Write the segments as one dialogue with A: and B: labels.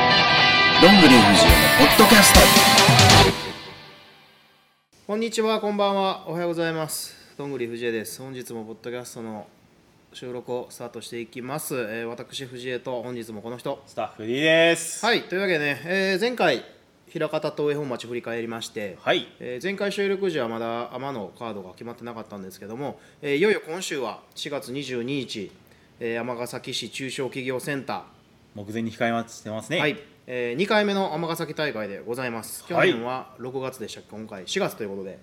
A: どんぐり藤江のポッドキャスト
B: こんにちは、こんばんは、おはようございます。どんぐり藤江です。本日もポッドキャストの収録をスタートしていきます。えー私藤江と本日もこの人。
C: スタッフ D です。
B: はい、というわけでね、えー前回平方と上本町振り返りまして、
C: はい。
B: えー前回収録時はまだ天のカードが決まってなかったんですけども、えーいよいよ今週は4月22日、えー尼崎市中小企業センター
C: 目前に控え待ちしてますね。
B: はい、え2回目の尼崎大会でございます。去
C: はい
B: 年は6月でしたっけ、今回4月ということで、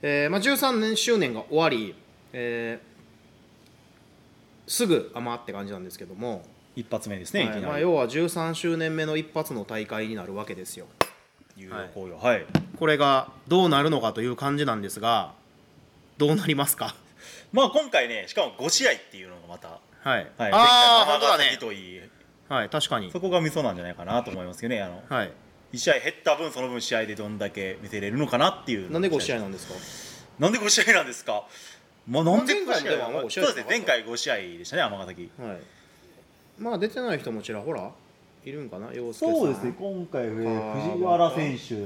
B: えーまあ、13年周年が終わり、えーすぐ尼って感じなんですけども、
C: 一発目ですね。いき
B: はいま
C: な
B: あ、
C: り。
B: 要は13周年目の一発の大会になるわけですよ。
C: 有料紅葉。はい。
B: これがどうなるのかという感じなんですが、どうなりますか。
C: まあ今回ね、しかも5試合っていうのがまた、はい。
B: はい、はい、
C: 前回
B: ああ、
C: の
B: 本当だ
C: 尼崎
B: ね。
C: といい、
B: はい、確かに。
C: そこがミソなんじゃないかなと思いますけどね。あの、
B: はい、
C: 1試合減った分、その分試合でどんだけ見せれるのかなっていう。
B: なんで5試合なんですか。
C: なんで5試合なんですかまあなんで
B: 前回もでも五
C: 5試合
B: 試合
C: そうですね、前回5試合でしたね、尼崎。
B: はい、まあ出てない人もちらほらいるんかな陽介さん
C: 今回、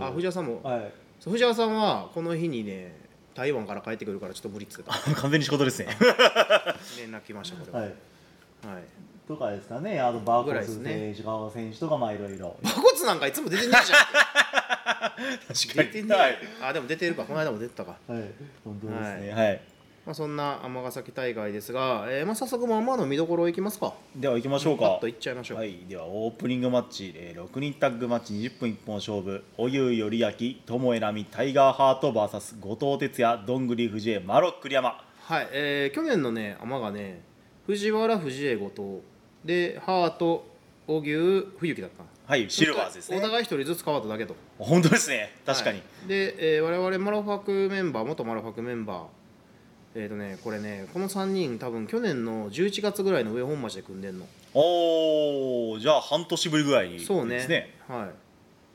B: あ藤原さんも
C: はい。
B: そう藤原さんはこの日にね台湾から帰ってくるからちょっと無理っつってた
C: 完全に仕事ですね。
B: 連絡来ましたこれははい、
C: い。とかですかね、あの
B: ーコス選
C: 手、川選手とか、まあいろいろ。
B: 馬骨なんかいつも出てねえじゃ
C: 確
B: ん
C: か
B: 出て
C: に。
B: ね
C: はい。
B: えあでも出てるかこの間も出てたか、
C: はい、本当
B: ですね
C: はい。
B: まあ、そんな尼崎大会ですが、えーまあ、早速まあまあの見どころいきますか
C: では行きましょう
B: パッ
C: か
B: と。いっちゃいましょう、
C: はい、ではオープニングマッチ、えー、6人タッグマッチ20分一本勝負、おゆうよりやき、ともえなみ、タイガーハート VS 後藤哲也、どんぐり藤江、マロックリヤマ。
B: はい、えー去年のね尼がね藤原藤江後藤でハート小牛冬木だったの
C: はい、シルバーズですね
B: お。互い一人ずつ変わっただけと
C: 本当ですね、確かに。
B: はいで、えー、我々マラファクメンバー元マラファクメンバーえっ、とねこれねこの3人多分去年の11月ぐらいの上本町で組んでんの
C: おー、じゃあ半年ぶりぐらいにですね。
B: そうねは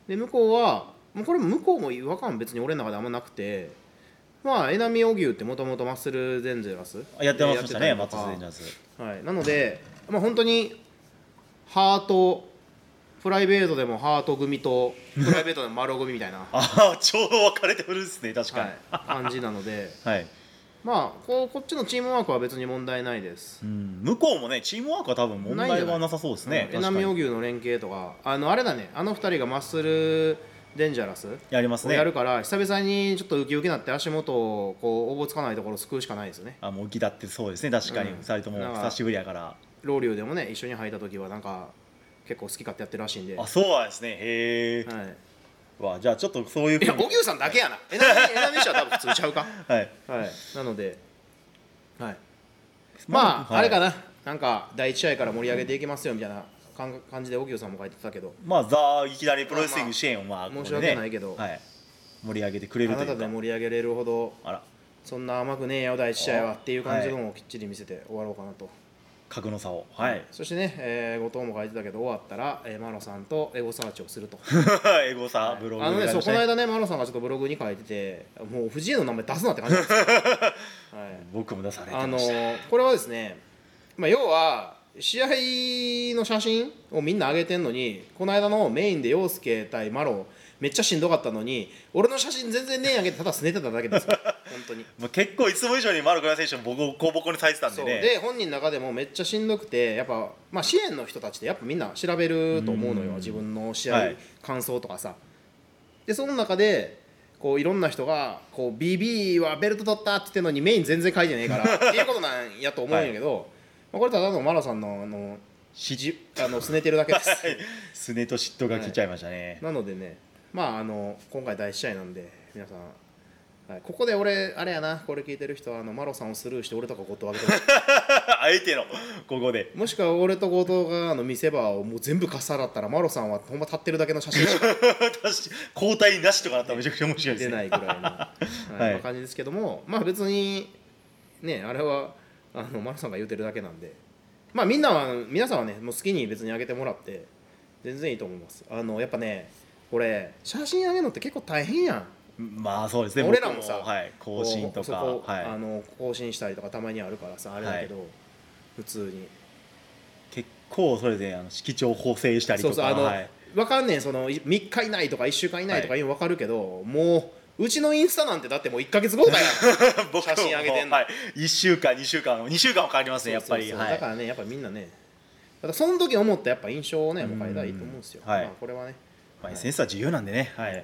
B: いで向こうはもうこれも向こうも違和感別に俺の中であんまなくてまあエナミオギュってもともとマッスルゼンゼラス
C: あやってまし
B: で
C: たね、
B: やって
C: マッ
B: た
C: ツ
B: りとか
C: ゼンジャーズ。
B: はい、なので、まあ、本当にハートプライベートでもハート組とプライベートでも丸尾組みたいな、は
C: ああ、ちょうど分かれてるんですね、確かに。
B: い、感じなので
C: はい、
B: まあこうこっちのチームワークは別に問題ないです。
C: うん。向こうもね、チームワークは多分問題はなさそうですね。
B: エ
C: 確
B: ナ
C: か
B: ミオ
C: に
B: 牛の連携とかあのあれだねあの2人がマッスルデンジャラス
C: やります
B: を
C: ね。
B: やるから、久々にちょっとウキウキなって足元をこうおぼつかないところを救うしかないですよね
C: あもう浮きだってそうですね確かに、
B: うん
C: 二人とも
B: なんか
C: 久しぶりやから
B: ロウリュウでもね一緒に入った時はなんか結構好き勝手やってるらしいんで、は
C: あ
B: い、
C: そうなんですねへえ、わじゃあちょっとそういう
B: いや
C: ふうに
B: 五牛さんだけやな エナミエナミ氏は多分普通ちゃうか
C: はい
B: はい、なので、はい、まあ、
C: はい
B: あれかな、なんか第一試合から盛り上げていきますよみたいな感感じで、荻生さんも書いてたけど、
C: まあザいきなりプロレスリング支援をまあ、
B: まあ
C: ここで
B: 申し訳ないけど
C: はい、盛り上げてく
B: あ
C: れると
B: ないた
C: うか
B: で盛り上げれるほど、
C: あら
B: そんな甘くねえよ、第一試合はっていう感じのもきっちり見せて終わろうかなと、
C: 格の差をはい
B: そしてね、えー後藤も書いてたけど、終わったら、えーマロさんとエゴサーチをすると、
C: エゴサブログ
B: あのね、
C: やり
B: そうこ
C: ました
B: の間ね、マロさんがちょっとブログに書いてて、もう藤井の名前出すなって感じなん ですよ。はい
C: 僕も出されて
B: あ
C: ま
B: の
C: した、
B: これはですね、まあ、要は試合の写真をみんな上げてんのにこの間のメインで陽介対マロめっちゃしんどかったのに俺の写真全然ねえやんけってただすねてただけですよ本当に。
C: まあ、結構いつも以上にマルコヤ選手もボコボコボコにされてたん
B: そ
C: で
B: う
C: ね
B: で本人の中でもめっちゃしんどくてやっぱ、まあ、支援の人たちってやっぱみんな調べると思うのよ
C: うん
B: 自分の試合、
C: はい
B: 感想とかさでその中でこういろんな人がこう BB はベルト取ったって言ってるのにメイン全然書いてねえからっていうことなんやと思うんやけど、まあ、これただのマラさんのあのじあのすねてるだけです
C: すねと嫉妬が来ちゃいましたね、
B: なのでねまああの今回第一試合なんで皆さんはい、ここで俺、あれやな、これ聞いてる人はあのマロさんをスルーして俺とかことをあげてほしい
C: 相手のここで
B: もしくは俺と後藤があの見せ場をもう全部かっさらったらマロさんはほんま立ってるだけの写真しか
C: 私交代なしとかだったらめちゃくちゃ面白い
B: 出
C: ですね
B: ないぐらいの、はい
C: はい
B: まあ感じですけどもまあ別にねあれはあのマロさんが言うてるだけなんでまあみんなは皆さんはねもう好きに別にあげてもらって全然いいと思いますあのやっぱねこれ写真あげるのって結構大変やん
C: まあそうですね
B: 俺らもさ
C: 僕はい、更新
B: こ
C: とか
B: うそこ
C: はい、
B: あの更新したりとかたまにあるからさあれだけど、普通に
C: 結構それであの色調補正したりと
B: そ
C: か
B: うそうあの、
C: はい
B: 分かんねんそのい3日以内とか1週間以内とかいうの分かるけど、もううちのインスタなんてだってもう1か月後 だよ
C: 僕
B: 写
C: も
B: 真上げてんの
C: はい、1週間2週間2週間は変わりますねやっぱり
B: そうそうそう
C: は
B: だ
C: い
B: からねやっぱみんなねだからその時思ったやっぱ印象をね
C: うん
B: 変えたらいいと思うんですよ、
C: はい
B: まあ、これはね
C: まあ、SNS は自由なんでね、はい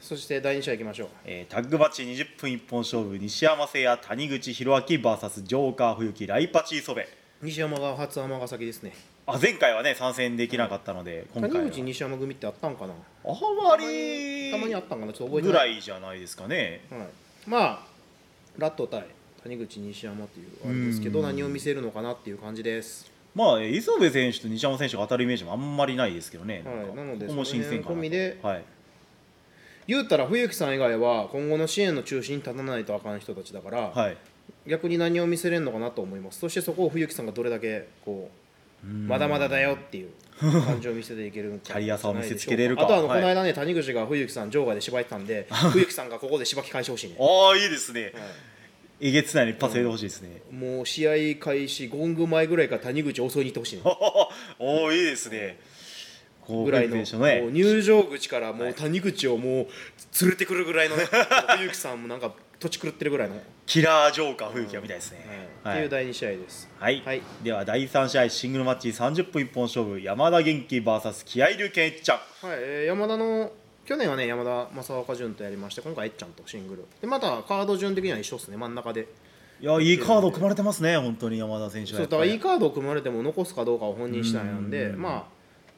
B: そして第2試合いきましょう
C: えータッグマッチ20分一本勝負西山誠也谷口弘明 VS ジョーカー冬木ライパチ磯部
B: 西山が初尼崎ですね
C: あ前回はね参戦できなかったので、今
B: 谷
C: 回は
B: 口西山組ってあったんかな
C: あまり
B: たまにあったんかなちょっと覚えて
C: ぐ
B: ない
C: らいじゃないですかね
B: はい、まあラット対谷口西山っていうあれですけ
C: う
B: ど
C: ん
B: 何を見せるのかなっていう感じです、
C: まあえー磯部選手と西山選手が当たるイメージもあんまりないですけどね、
B: はい
C: んか
B: なので
C: ここも新鮮
B: その辺
C: 感
B: 込みで
C: はい、
B: 言うたら冬木さん以外は今後の支援の中心に立たないとあかん人たちだから、
C: はい、
B: 逆に何を見せれるのかなと思いますそしてそこを冬木さんがどれだけこうまだまだだよっていう感じを見せていけるんじゃないでしょう
C: キャリア差を見せつけれるか
B: あとはあのこ
C: はい
B: の間ね谷口が冬木さん場外で縛ってたんで冬木さんがここで縛き返してほしいね
C: ああいいですね、えげつない一発入れてほしいですね、
B: もう試合開始ゴング前ぐらいから谷口を襲いに行ってほしいね
C: おおいいですねこう
B: ぐらいの、
C: でしょう
B: もう
C: ね
B: 入場口からもう谷口をもう連れてくるぐらい のね冬木さんもなんか土地狂ってるぐらいの、
C: キラージョーカー風景が見たいですね、
B: っ
C: は
B: て
C: い
B: いう第2試合です
C: はい、
B: はい
C: では第3試合シングルマッチ30分一本勝負山田元気 VS 気合流健一ちゃん
B: はい、えー山田の去年はね山田正岡潤とやりまして今回えっちゃんとシングルでまたカード順的には一緒ですね真ん中で
C: いやいいカード組まれてますね本当に山田選手
B: そ
C: は
B: うだ
C: やっぱ
B: から
C: り
B: いいカードを組まれても残すかどうかを本人次第なんで
C: うん
B: まあ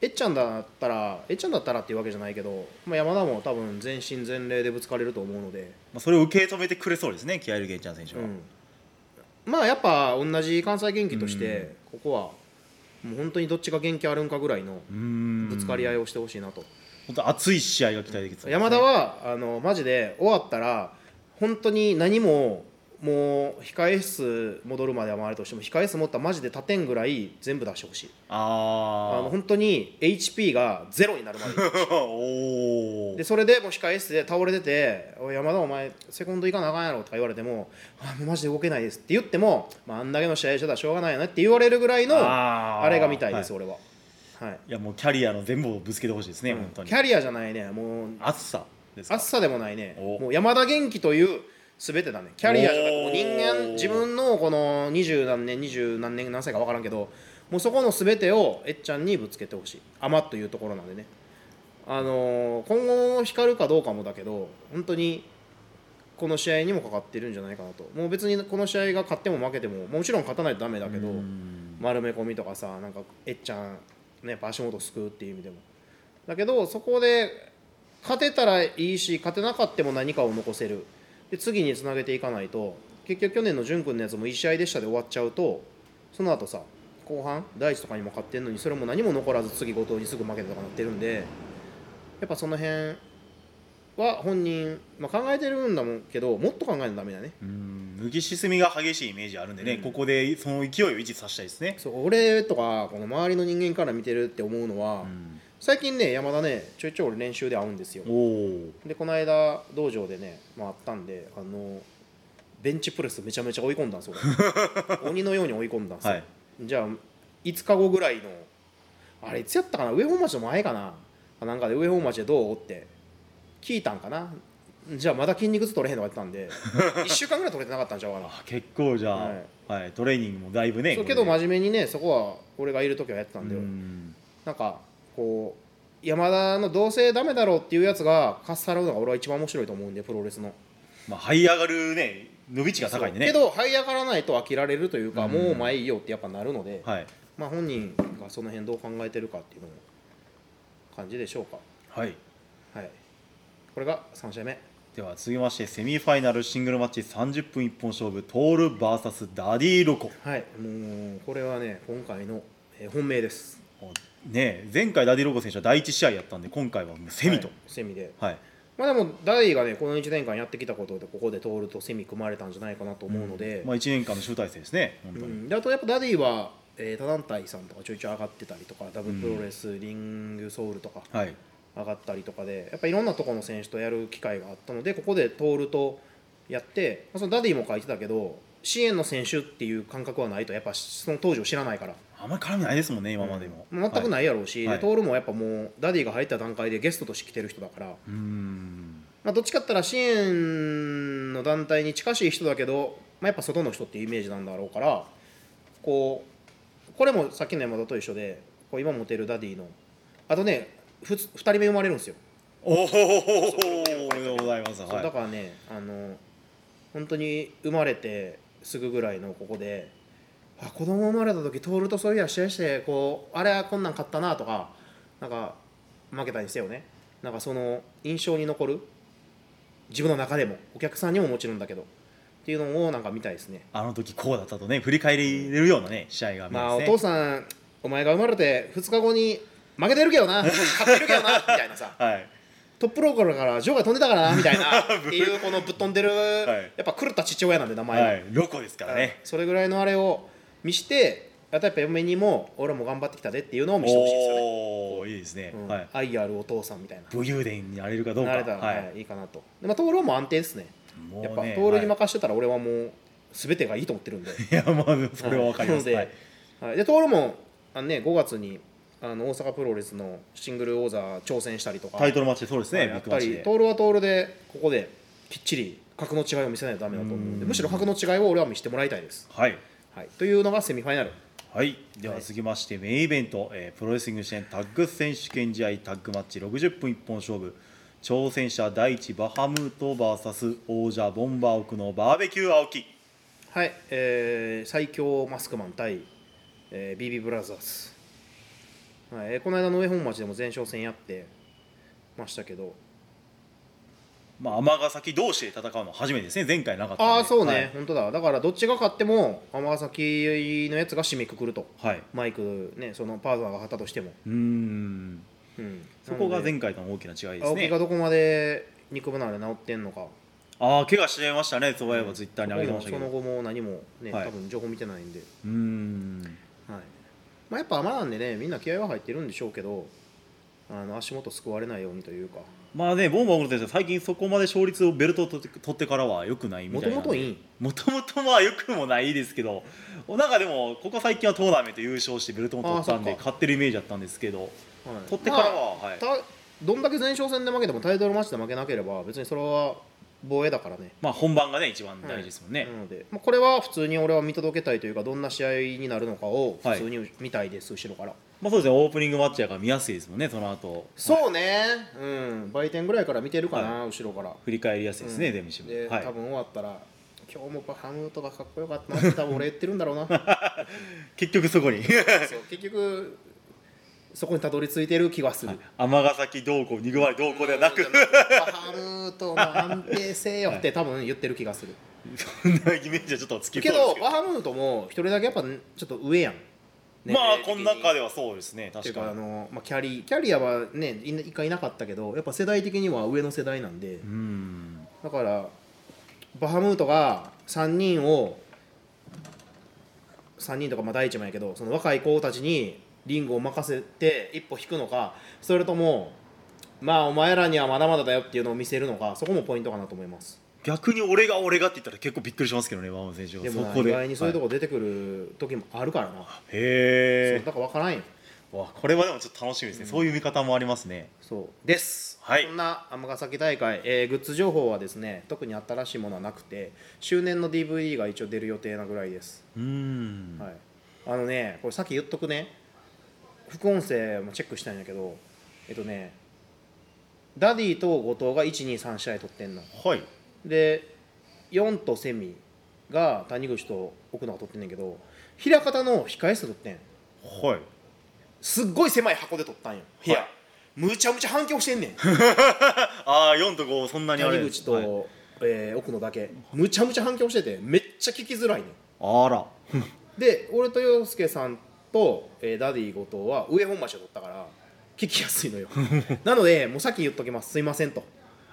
B: えっちゃんだったらえっちゃんだったらっていうわけじゃないけど、まあ、山田も多分全身全霊でぶつかれると思うので
C: まあ、それを受け止めてくれそうですね気合流健一ちゃん選手は、
B: うん、まあやっぱ同じ関西元気として、ここはもう本当にどっちが元気あるんかぐらいの
C: うーん
B: ぶつかり合いをしてほしいなと、
C: 本当熱い試合が期待できそうですね、
B: 山田はあのマジで終わったら本当に何ももう控え室戻るまでは回るとしても控え室持ったらマジで他点ぐらい全部出してほしいあ
C: あ
B: の本当に HP がゼロになるま で
C: あおお
B: でそれでもう控え室で倒れてて「おい山田お前セコンド行かなあかんやろ」とか言われても「あもうマジで動けないです」って言っても、まあ、あんだけの試合してたらしょうがないよねって言われるぐらいの
C: あー
B: あれが見たいです、
C: は
B: 俺は、はい
C: いやもうキャリアの全部をぶつけてほしいですね、本当に
B: キャリアじゃないねもう
C: 暑さですか
B: 暑さでもないね
C: お
B: もう山田元気という全てだねキャリアじゃなくてもう人
C: おー
B: 間自分のこの二十何年二十何年何歳か分からんけどもうそこの全てをえっちゃんにぶつけてほしい甘というところなんでねあのー今後光るかどうかもだけど本当にこの試合にもかかってるんじゃないかなともう別にこの試合が勝っても負けてももちろん勝たないとダメだけど
C: うん
B: 丸め込みとかさなんかえっちゃん、ね、やっぱ足元すくうっていう意味でもだけどそこで勝てたらいいし勝てなかったも何かを残せるで次につなげていかないと結局去年の潤君のやつもいい試合でしたで終わっちゃうとその後さ後半第一とかにも勝ってんのにそれも何も残らず次後藤にすぐ負けたとかなってるんでやっぱその辺は本人、まあ、考えてるんだもんけどもっと考えないとダメだね
C: うん抜き沈みが激しいイメージあるんでね、
B: うん
C: ここでその勢いを維持させたいですね、
B: そう俺とかこの周りの人間から見てるって思うのは、
C: うん
B: 最近ね山田ねちょいちょい俺練習で会うんですよ
C: おお
B: でこの間道場でね、まあ、あったんであのベンチプレスめちゃめちゃ追い込んだんです よ俺鬼のように追い込んだんですよ、
C: はい
B: じゃあ5日後ぐらいのあれいつやったかな上本町の前かなあなんかで上本町でどうって聞いたんかなじゃあまだ筋肉痛取れへんとか言ってたんで1 週間ぐらい取れてなかったんちゃうかな
C: あ結構じゃあ、は
B: はいい
C: トレーニングもだいぶね
B: そうけど
C: これ
B: 真面目にねそこは俺がいる時はやってたんだ
C: で
B: よ、
C: うん
B: なんかこう山田のどうせダメだろうっていうやつがかっさらうのが俺は一番面白いと思うんでプロレスの
C: まあ這い上がるね伸び値が高いんでね
B: けど這い上がらないと飽きられるというか、
C: うん
B: もう前いいよってやっぱなるので、
C: はい
B: まあ本人がその辺どう考えてるかっていうのも感じでしょうか
C: はい
B: はいこれが3試合目
C: では続きましてセミファイナルシングルマッチ30分一本勝負トール VS ダディロコ
B: はいもうこれはね今回のえー本命です
C: ねえ前回ダディロコ選手は第1試合やったんで今回はもうセミと
B: はいセミで
C: はい、
B: まあでも大がねこの1年間やってきたことでここで通るとセミ組まれたんじゃないかなと思うので、
C: まあ、1年間の集大成ですね本当に、
B: うん、であとやっぱダディは、えー、他団体さんとかちょいちょい上がってたりとかダブルプロレス、リングソウルとか
C: はい
B: 上がったりとかでやっぱいろんなところの選手とやる機会があったのでここでトールとやってまあそのダディも書いてたけど支援の選手っていう感覚はないとやっぱその当時を知らないから
C: あんまり絡みないですもんね今までも、
B: 全く
C: い、
B: ないやろうし、
C: はい
B: で徹もやっぱもうダディが入った段階でゲストとして来てる人だから、
C: うーん
B: まあ、どっちかって言ったら支援の団体に近しい人だけど、まあ、やっぱ外の人っていうイメージなんだろうからこうこれもさっきの山田と一緒でこう今持てるダディのあとねふつ2人目生まれるんですよ、
C: おおおめでとうございます
B: そうだ
C: は
B: からねあの本当に生まれてすぐぐらいのここであ子供生まれた時徹とそういや試合してこうあれはこんなん買ったなとかなんか負けたにせよねなんかその印象に残る自分の中でもお客さんにももちろんだけどっていうのをなんか見たいですね
C: あの時こうだったとね振り返れるようなね試合が見
B: まあ
C: え
B: お
C: ます
B: 父
C: ね
B: さんお前が生まれて2日後に負けてるけどな勝ってるけどなみたいなさ
C: はい
B: トップローカルからジョーが飛んでたからなみたい なっていうこのぶっ飛んでる、
C: い
B: やっぱ狂った父親なんで名前が、
C: はい、ロコですからね、
B: それぐらいのあれを見してあとやっぱ嫁にも俺も頑張ってきたでっていうのを見せてほしいですよね、
C: おおいいですね、
B: うん
C: はい
B: 愛あるお父さんみたいな
C: 武勇伝になれるかどうか
B: なれたら、
C: は、
B: はいいい、いかなとでまあ、トールも安定ですね
C: もうね
B: やっぱトールに
C: はい
B: 任してたら俺はもう全てがいいと思ってるん で
C: いやまあそれはわかりま
B: なの
C: す、
B: で,、
C: は
B: はいい、でトールもあの、ね、5月にあの大阪プロレスのシングル王座挑戦したりとか
C: タイトルマッチでそうですね、
B: はい
C: ビ
B: や
C: ッ
B: っ
C: グ
B: ぱ
C: マッチ
B: り
C: で
B: トールはトールでここできっちり格の違いを見せないとダメだと思うんで
C: うん
B: むしろ格の違いを俺は見せてもらいたいです、
C: はい
B: はい、というのがセミファイナル
C: はい、では
B: はい
C: 続きましてメインイベント、えープロレスリング支援タッグ選手権試合タッグマッチ60分一本勝負挑戦者第1バハムート VS 王者ボンバー奥のバーベキュー青木
B: はい、えー最強マスクマン対、えー、BB ブラザーズ、はいえーこの間の上本町でも前哨戦やってましたけど
C: まあ尼崎同士で戦うの初めてですね前回なかったんで
B: ああそうね、本当だだからどっちが勝っても尼崎のやつが締めくくると
C: はい、はい、
B: マイクねそのパートナーが張ったとしても、
C: うーん
B: うん、
C: そこが
B: なので
C: 前回との大きな違いです
B: 青木が
C: ね
B: どこまで肉離れ治ってんのか
C: ああ怪我しちゃいましたねそういえばツイッターに上げてましたけ
B: そ
C: ど
B: の
C: う
B: 後も何もね、
C: はい
B: 多分情報見てないんで、
C: ーん
B: はいまあ、やっぱ雨なんでねみんな気合は入ってるんでしょうけどあの足元救われないようにというか
C: まあね、ボンバー小野選手は最近そこまで勝率をベルトを取って取ってからは良くないみ
B: もと
C: たいな
B: も
C: んで
B: といい
C: もともとまあよくもないですけど、なんかでも、ここ最近はトーナメント優勝してベルトも取ったん
B: あ
C: で、
B: そっか
C: 勝ってるイメージだったんですけど、
B: はい
C: 取ってから
B: ま
C: は、は
B: あ
C: い
B: たどんだけ前哨戦で負けてもタイトルマッチで負けなければ別にそれは防衛だからね
C: まあ、本番がね、一番大事ですもんね。
B: なので、まあ、これは普通に俺は見届けたいというかどんな試合になるのかを
C: はい
B: 普通に見たいです、後ろから
C: まあ、そうですね、オープニングマッチやから見やすいですもんね、その後
B: そうねうん売店ぐらいから見てるかな、後ろから
C: 振り返りやすいですね、
B: うん
C: デミシも。
B: で、
C: はい
B: 多分終わったら今日もバハムートがかっこよかったなって多分俺言ってるんだろう な
C: 結局そこに、
B: そう結局そこにたどり着いてる気がする、
C: 尼崎同行、肉割同行ではなく、
B: バハムートの安定せよって多分言ってる気がする、
C: そんなイメージはちょっとつきそう
B: け
C: です
B: ど
C: けど、
B: バハムートも一人だけやっぱちょっと上やん
C: まあ、この中
B: で
C: ではそうですね、
B: てい
C: 確
B: うか
C: か
B: あ
C: に。
B: の、まあ、キャリーキャリアはねい一回いなかったけどやっぱ世代的には上の世代なんで、
C: うん
B: だからバハムートが3人を3人とかまあ第一もやけどその若い子たちにリングを任せて一歩引くのかそれともまあお前らにはまだまだだよっていうのを見せるのかそこもポイントかなと思います
C: 逆に俺が俺がって言ったら結構びっくりしますけどね、バーム選手
B: で
C: は。
B: も
C: そ
B: な
C: こで
B: 意外にそういうとこ出てくる時もあるからな、
C: はいへ
B: そ
C: え
B: うだから分からんよ
C: わこれはでもちょっと楽しみですね、そういう見方もありますね
B: そうです、
C: はい
B: そんな尼崎大会、えーグッズ情報はですね特に新しいものはなくて周年の DVD が一応出る予定なぐらいです
C: うーん
B: はい、あのねこれさっき言っとくね副音声もチェックしたんやけどえっとねダディと後藤が123試合取ってんの
C: はい
B: で4とセミが谷口と奥野が取ってんねんけど平方の控え室取ってん
C: はい
B: すっごい狭い箱で取ったんよ部屋、
C: はい
B: むちゃむちゃ反響してんねん
C: ああ4と5そんなにあれ
B: 谷口と、
C: はい
B: えー奥野だけむちゃむちゃ反響しててめっちゃ聞きづらいねん
C: あら
B: で俺と洋介さんと、えーダディ後藤は上本町を取ったから聞きやすい のよなのでもうさっき言っときますすいませんと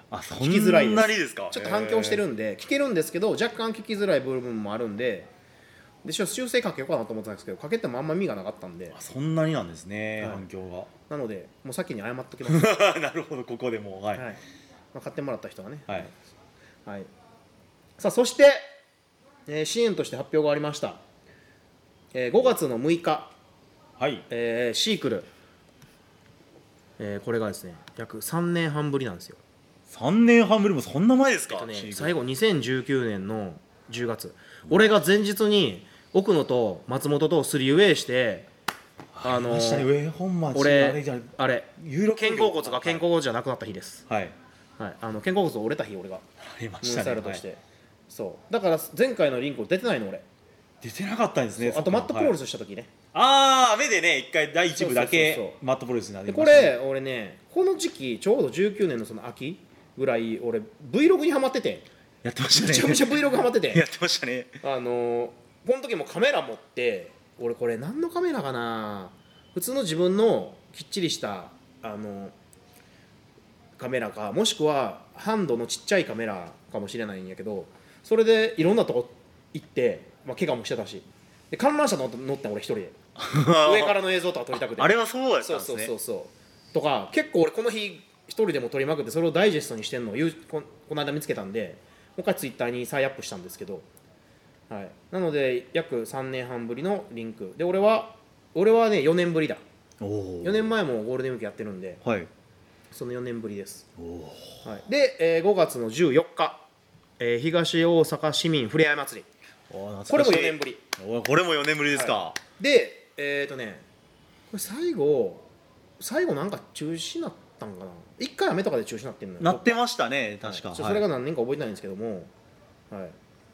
C: あそ
B: 聞きづらい
C: んなにですか
B: ちょっと反響してるんで聞けるんですけど若干聞きづらい部分もあるんででしょ修正かけようかなと思ってたんですけどかけてもあんま意味がなかったんで
C: へーあそんなになんですね、
B: はい
C: 反響
B: なのでもう先に謝っと きます、はい
C: が なるほどここでもうはいは
B: ま
C: い、
B: あ、買ってもらった人はね、はい、さあそして、えー支援として発表がありました、えー5月の6日、
C: はい
B: えーシークル、えーこれがですね約3年半ぶりなんですよ、
C: 3年半ぶりもそんな前です
B: えっ
C: か、
B: とね
C: シー、グ
B: 最後2019年の10月俺が前日に奥野と松本とすりウェイしてあの
C: ましたね上本町
B: 俺
C: あれじゃ
B: あれ
C: 有力
B: 肩甲骨が肩甲骨じゃなくなった日です、
C: はい
B: はい、あの肩甲骨折れた日俺が
C: ありま
B: ム
C: し
B: ーン
C: た
B: サ
C: ね
B: ルトして、
C: はい
B: そうだから前回のリンク出てないの俺
C: 出てなかったんですね
B: あとマット・ポール
C: ス、
B: スした時ね、
C: ああー雨でね一回第一部だ
B: そうそう
C: け
B: そう
C: マットポールスになり
B: で
C: ま
B: こ
C: したね
B: れ俺ねこの時期ちょうど19年のその秋ぐらい俺 Vlog にハマってて
C: やってまし
B: めちゃ
C: た
B: め
C: ね
B: ちゃ Vlog ハマってて
C: やってましたね
B: あのーこの時もカメラ持って俺これ何のカメラかな普通の自分のきっちりしたあのカメラかもしくはハンドのちっちゃいカメラかもしれないんやけどそれでいろんなとこ行って、まあ、怪我もしてたしで観覧車乗って乗ってん俺一人で上からの映像とか撮りたくて
C: あれはそうだったん
B: そう
C: です
B: そう
C: ね
B: そうそうとか結構俺この日一人でも撮りまくってそれをダイジェストにしてんのをゆうここの間見つけたんでもう一回ツイッターに再アップしたんですけど、はい、なので約3年半ぶりのリンクで俺は俺はね4年ぶりだ
C: おお
B: 4年前もゴールデンウィークやってるんで
C: はい
B: その4年ぶりです、
C: おお
B: はい、で、えー5月の14日、えー東大阪市民ふれあい祭りこれも4年ぶり
C: おこれも4年ぶりですか、
B: はでえっ、とねこれ最後最後なんか中止になったんかな一回雨とかで中止になってんのよ
C: なってましたね確か、
B: はい
C: はい
B: それが何年か覚えてないんですけども、はい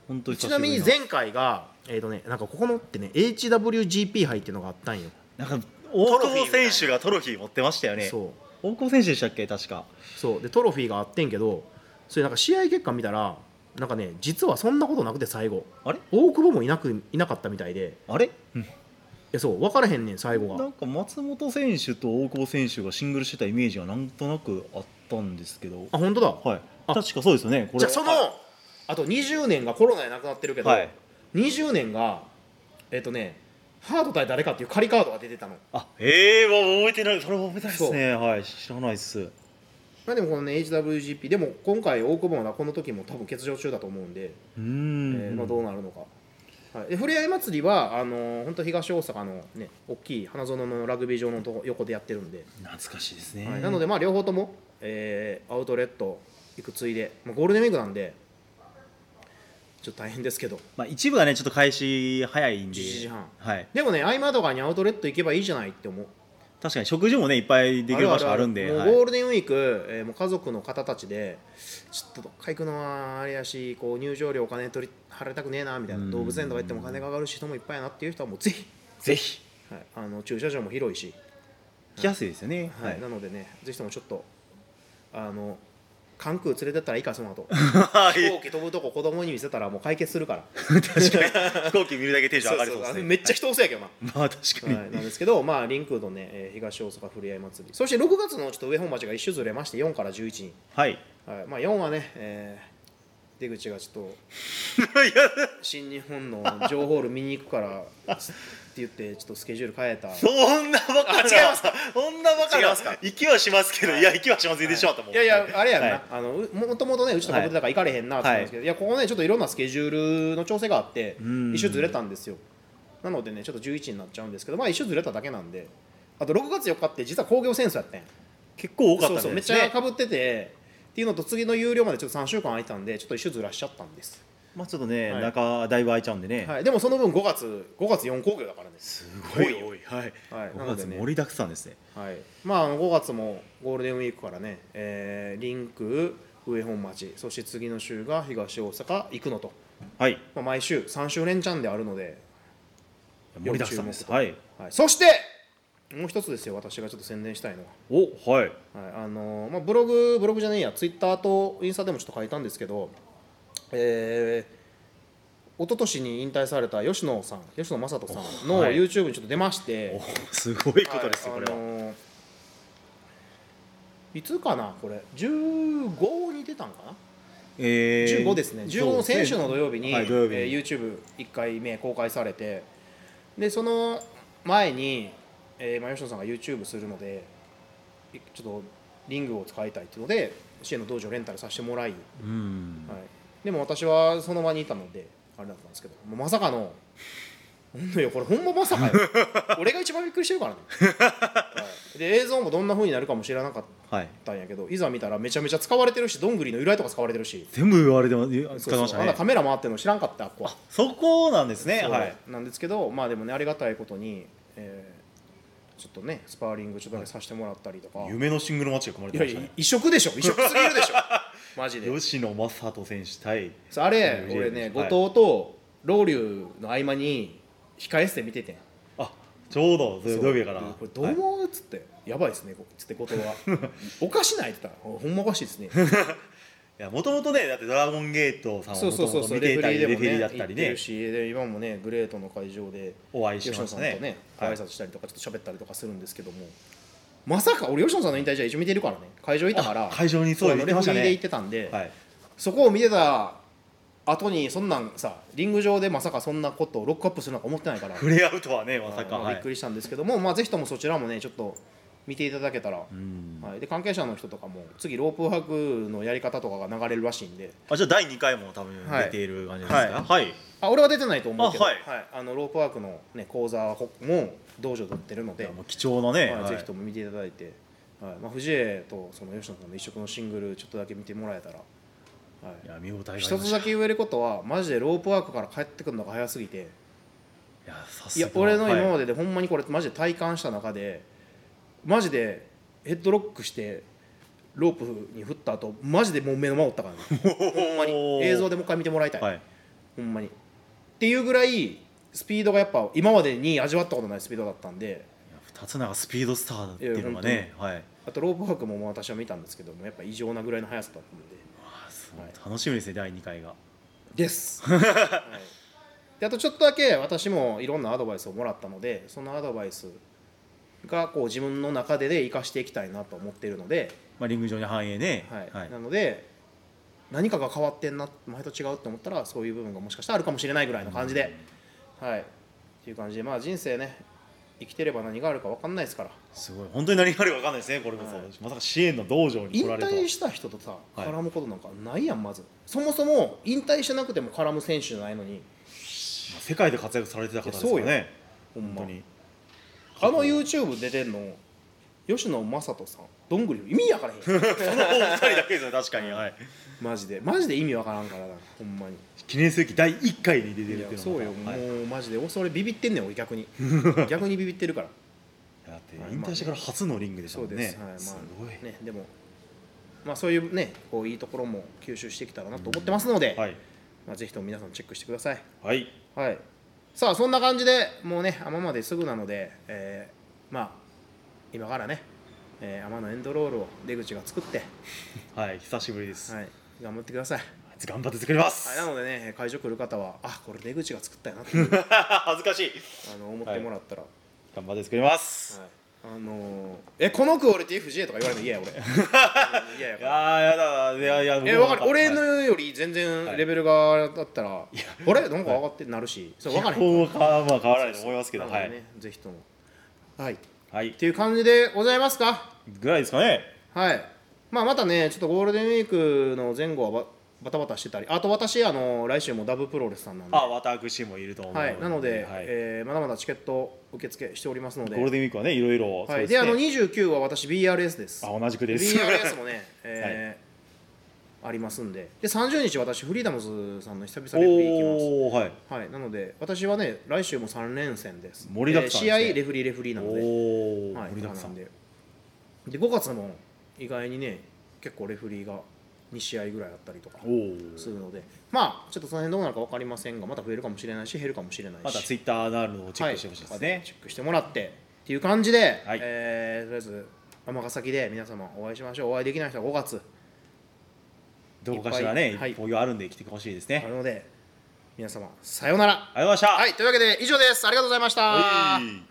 C: 本当に
B: ち
C: 久しぶ
B: な
C: り
B: みに前回がえっ、とねなんかここのってね HWGP 杯っていうのがあったんよ、
C: なんか大
B: ロフィー
C: 久保選手がトロフィー持ってましたよね
B: そう
C: 大久保選手でしたっけ確か
B: そうでトロフィーがあってんけどそれなんか試合結果見たらなんかね実はそんなことなくて最後
C: あれ
B: 大久保もいなくいなかったみたいで
C: あれ、
B: いやそう分からへんねん最後
C: な
B: が
C: んか松本選手と大久保選手がシングルしてたイメージがなんとなくあったんですけど
B: あ本当だ
C: はい
B: あ
C: 確かそうですよねこれ
B: じゃあその、
C: は
B: あと20年がコロナでなくなってるけ
C: い、
B: ど、
C: はい
B: 20年がえっ、とねハード対誰かっていう仮カードが出てたの、
C: あええー、わ覚えてないそれは覚えてないですねはい知らないっす
B: まあ、でもこのね HWGP でも今回大久保はこの時も多分欠場中だと思うんで、
C: うーん、
B: えーまあ、どうなるのか、はい、でふれあい祭りはあのー本当東大阪のね大きい花園のラグビー場のとこ横でやってるんで、
C: 懐かしいですね、
B: はいなのでまあ両方とも、えーアウトレット行くついで、まあ、ゴールデンウィークなんでちょっと大変ですけど
C: まあ、一部がねちょっと開始早いんで
B: 11時半
C: はい
B: でもね合間とかにアウトレット行けばいいじゃないって思う
C: 確かに食事もねいっぱいできる場所あるんで
B: もう
C: はい
B: ゴールデンウィーク、えーもう家族の方たちでちょっとどっか行くのはあれやしこう入場料お金取り払いたくねえなみたいな
C: うん
B: 動物園とか行ってもお金が上がるし人もいっぱいやなっていう 人はもうぜひ、
C: ぜひ
B: はい、あの駐車場も広いし、
C: 来やすいですよね、
B: は
C: はいい
B: なのでねぜひともちょっとあの関空連れてったらいいかその後
C: は
B: 飛
C: い
B: 行機飛ぶとこ子供に見せたらもう解決する から
C: 飛行機見るだけテンション上がりそうです
B: あ
C: ね
B: のめっちゃ人多そうやけどな
C: まあ確かに、
B: はい、なんですけど、まあ、リンクのね、えー東大阪ふれあい祭り、そして6月のちょっと上本町が一周ずれまして、4から11に、
C: はい、い
B: はいまあ、4はね、えー出口がちょっと
C: や
B: 新日本の情報ール見に行くから って言って、ちょっとスケジュール変えた、
C: そんなバカな
B: あ違い ます
C: そんなバカ
B: 違い
C: な
B: ますか
C: 行きはしますけど、
B: はい
C: い、や行きはしませんでしょ、と思
B: い
C: っ
B: や
C: て
B: いや、あれやんな、
C: はい
B: あのうもともとね、うちの国でだから行かれへんなって言うんですけど、い、や、ここね、ちょっといろんなスケジュールの調整があって、
C: ん
B: 一周ずれたんですよ。なのでね、ちょっと11になっちゃうんですけど、まあ、一周ずれただけなんで、あと6月4日って、実は工業戦争やったんや
C: 結構多かった
B: そ
C: ん
B: う
C: です
B: そう
C: ね
B: めっちゃかぶっててっていうのと次の有料までちょっと3週間空いたんでちょっと一周ずらしちゃったんです、
C: まあちょっとね、
B: はい
C: 中だいぶ空いちゃうんでね、
B: はい、でもその分5月5月4工業だからね
C: すごい多いはい、
B: はいな
C: 5
B: の
C: 月
B: でね
C: 盛りだくさんですね
B: はいまああの5月もゴールデンウィークからね、えー、リンク上本町そして次の週が東大阪行くのと、
C: はい
B: まあ、毎週3週連チャンであるので、
C: 盛りだくさんですはい
B: はい、そしてもう一つですよ私がちょっと宣伝したいのは
C: おは
B: は
C: い
B: いあのーまあ、ブログブログじゃねえやツイッターとインスタでもちょっと書いたんですけど、えー、一昨年に引退された吉野さん吉野正人さんの
C: おはい
B: YouTube にちょっと出まして、
C: おすごいことですよ、
B: はい
C: これ
B: あ
C: は、
B: のーいつかなこれ15に出たんかな
C: えー
B: 15ですね15
C: そう
B: 選手の土曜日に,、
C: はい土曜日に
B: えー YouTube1 回目公開されてでその前に、えーまあ、吉野さんが YouTube するのでいちょっとリングを使いたいっていうので支援の道場レンタルさせてもらい、はい、
C: うん
B: でも私はその場にいたのであれだったんですけどもうまさかの本当よこれほんままさ かよ俺が一番びっくりしてるからね、はいで映像もどんな風になるかも知らなかっ
C: はい
B: たんやけどいざ見たらめちゃめちゃ使われてるしどんぐりの由来とか使われてるし
C: 全部言われてます言わ
B: そう
C: 使って
B: そ
C: ま
B: う
C: した
B: ま
C: ね
B: だカメラ回ってるの知らんかったあっこは
C: そこなんですね
B: そう
C: はい
B: なんですけどまあでもねありがたいことに、えーちょっとねスパーリングちょっとだけさせてもらったりとか、い、
C: 夢のシングルマッチが組まれ
B: やい
C: てました
B: や
C: ね
B: 異色でしょ異色すぎる でしょマジで
C: 吉野正人選手対
B: そうあれ
C: うん
B: 俺ね後
C: はい
B: 藤とロウリュの合間に控え室で見ててん
C: あちょうど土曜日やから
B: これどう思うっつって、やばいですねこつって後 藤はおかしないって言ったらほんまおかしいですね
C: もともとねだってドラゴンゲートさんを
B: そう
C: も
B: そ
C: と
B: うそう
C: も
B: そ
C: と
B: う
C: 見ていたりレフ
B: レ
C: ェ
B: フェ
C: リ
B: リーで
C: ーだ
B: もね行
C: ったり
B: って
C: ね
B: るしで今もねグレートの会場で
C: お会いし
B: 吉
C: ま
B: 野
C: し
B: さ
C: た
B: んとね
C: ね
B: ご挨拶したりとかちょっと喋ったりとかするんですけども、まさか俺吉野さんの引退試合一緒に見てるからね会場いたから
C: あ会場にそう
B: あ
C: 行っ
B: の
C: て
B: レフ
C: まし
B: ェ
C: た
B: リ
C: ね
B: ーで行ってたんで、
C: はい
B: そこを見てた後にそんなんさリング上でまさかそんなことをロックアップするなんか思ってないから
C: 触れ合うとはねまさか
B: はいまあ
C: は
B: びっ
C: い
B: くりしたんですけども、まあ、ぜひともそちらもねちょっと見ていただけたら、
C: うん
B: はい、で関係者の人とかも次ロープハグのやり方とかが流れるらしいんで
C: あじゃあ第2回も多分
B: はい
C: 出ている感じですかはい
B: あ俺は出てないと思うけど
C: あはい
B: あのロープワークの、ね、講座はこも道場で売ってるの
C: い
B: で
C: や、もう貴重な
B: は
C: ね
B: い
C: はい
B: ぜひとも見ていただいて、はいまあ、藤江とその吉野さんの一色のシングルちょっとだけ見てもらえたら、はい
C: や見応えがありま
B: 一つ
C: した
B: だけ言えることはマジでロープワークから帰ってくるのが早すぎて。
C: いやさ
B: い
C: すが
B: や俺の今
C: は
B: ま
C: い
B: ででほんまにこれマジで体感した中でマジでヘッドロックしてロープに振った後マジでもう目の前おったからね ほんまに映像でもう一回見てもらいたい、
C: はい
B: ほんまにっていうぐらいスピードがやっぱ今までに味わったことないスピードだったんで
C: 2つながスピードスターっていうのがねはい
B: あとロープワークももう私は見たんですけどもやっぱ異常なぐらいの速さだったので
C: あす
B: はい
C: ごい楽しみですね第2回が
B: です、はいであとちょっとだけ私もいろんなアドバイスをもらったのでそのアドバイスがこう自分の中でで生かしていきたいなと思っているので、
C: まあリング上に反映ね
B: はい
C: はい
B: なので何かが変わってんな前と違うって思ったらそういう部分がもしかしたらあるかもしれないぐらいの感じで、はいっていう感じでまあ人生ね生きてれば何があるか分かんないですから
C: すごい本当に何があるか分かんないですねこれこそ、
B: はい
C: まさか支援の道場に
B: 引
C: 来られた
B: 退した人とさ
C: はい
B: 絡むことなんかないやんまず、そもそも引退してなくても絡む選手じゃないのに
C: まあ世界で活躍されてた方ですから
B: いやそう
C: ね
B: ほんま
C: 本当に
B: あの YouTube 出てんの吉野正人さんどんぐりの意味やからへ ん
C: そのお二人だけですね確かに、はい、
B: マジでマジで意味わからんからなほんまに
C: 記念すべき第1回に出て
B: い
C: る
B: や
C: っていうの
B: そうよ、
C: は い、
B: もうマジでそれビビってんねん俺 逆に逆にビビってるから
C: だって引退してから初のリングでした
B: そ
C: も
B: うん
C: ね
B: です、はいまあ
C: すごい、
B: ねでもまあそういうねこういいところも吸収してきたらなと思ってますので、
C: はい、
B: まあ、ぜひとも皆さんチェックしてください
C: はい、
B: はいさあそんな感じでもうね天まですぐなので、えーまあ今からね、えー、天のエンドロールを出口が作って
C: はい、久しぶりです、
B: はい、頑張ってください。
C: 頑張って作ります、
B: はい、なのでね、会場来る方は、あこれ出口が作ったよな っていう
C: 恥ずかしい
B: あの思ってもらったら、
C: 頑張って作ります、
B: あのーえ、このクオリティ FJ とか言われるの嫌 や、俺。嫌や
C: い、
B: か
C: や
B: ら。
C: ーやだいやいや僕も
B: え、わかる、
C: はい
B: 俺のより全然レベルがだったら、あれなんか上がってなるし、そう、分からへん。
C: 基本はまあ変わらないと思いますけど、
B: な
C: は
B: ので
C: い、
B: ね、ぜひとも。はい。っ
C: はい、
B: ていう感じでございますか
C: ぐらいですかね
B: はい。まあ、またね、ちょっとゴールデンウィークの前後はババタバタしてたり、あと私、あの来週もダブプロレスさんなんで。
C: あ私もいると思う
B: はい、なので、
C: はい
B: えーまだまだチケット受付しておりますので、
C: ゴールデンウィークはねいろいろそう
B: はい、
C: すね
B: であの29は私 BRS です。
C: あ同じくです
B: BRS も ね、えーありますんで、で30日私フリーダムズさんの久々レフェリー行き
C: おおはい
B: ます。はい、なので私はね来週も3連戦です。
C: 盛りだくさんですね
B: えー試合レフリーレフリーなので、
C: おお、
B: はい、
C: 盛りだくさ
B: なん
C: ん
B: で、で5月も意外にね結構レフリーが2試合ぐらいあったりとか。
C: おお
B: するのでまあちょっとその辺どうなるか分かりませんがまた増えるかもしれないし減るかもしれないし
C: またツイッターなるのをチェックしてほしいです
B: はい
C: ね
B: チェックしてもらってっていう感じで、
C: はい
B: えーとりあえず尼崎で皆様お会いしましょうお会いできない人は5月
C: どこかしらね
B: いっぱい
C: 一歩があるんで来てほしいですね、
B: あるので皆様さようなら
C: ありがとうございました
B: はいというわけで以上ですありがとうございました、
C: はい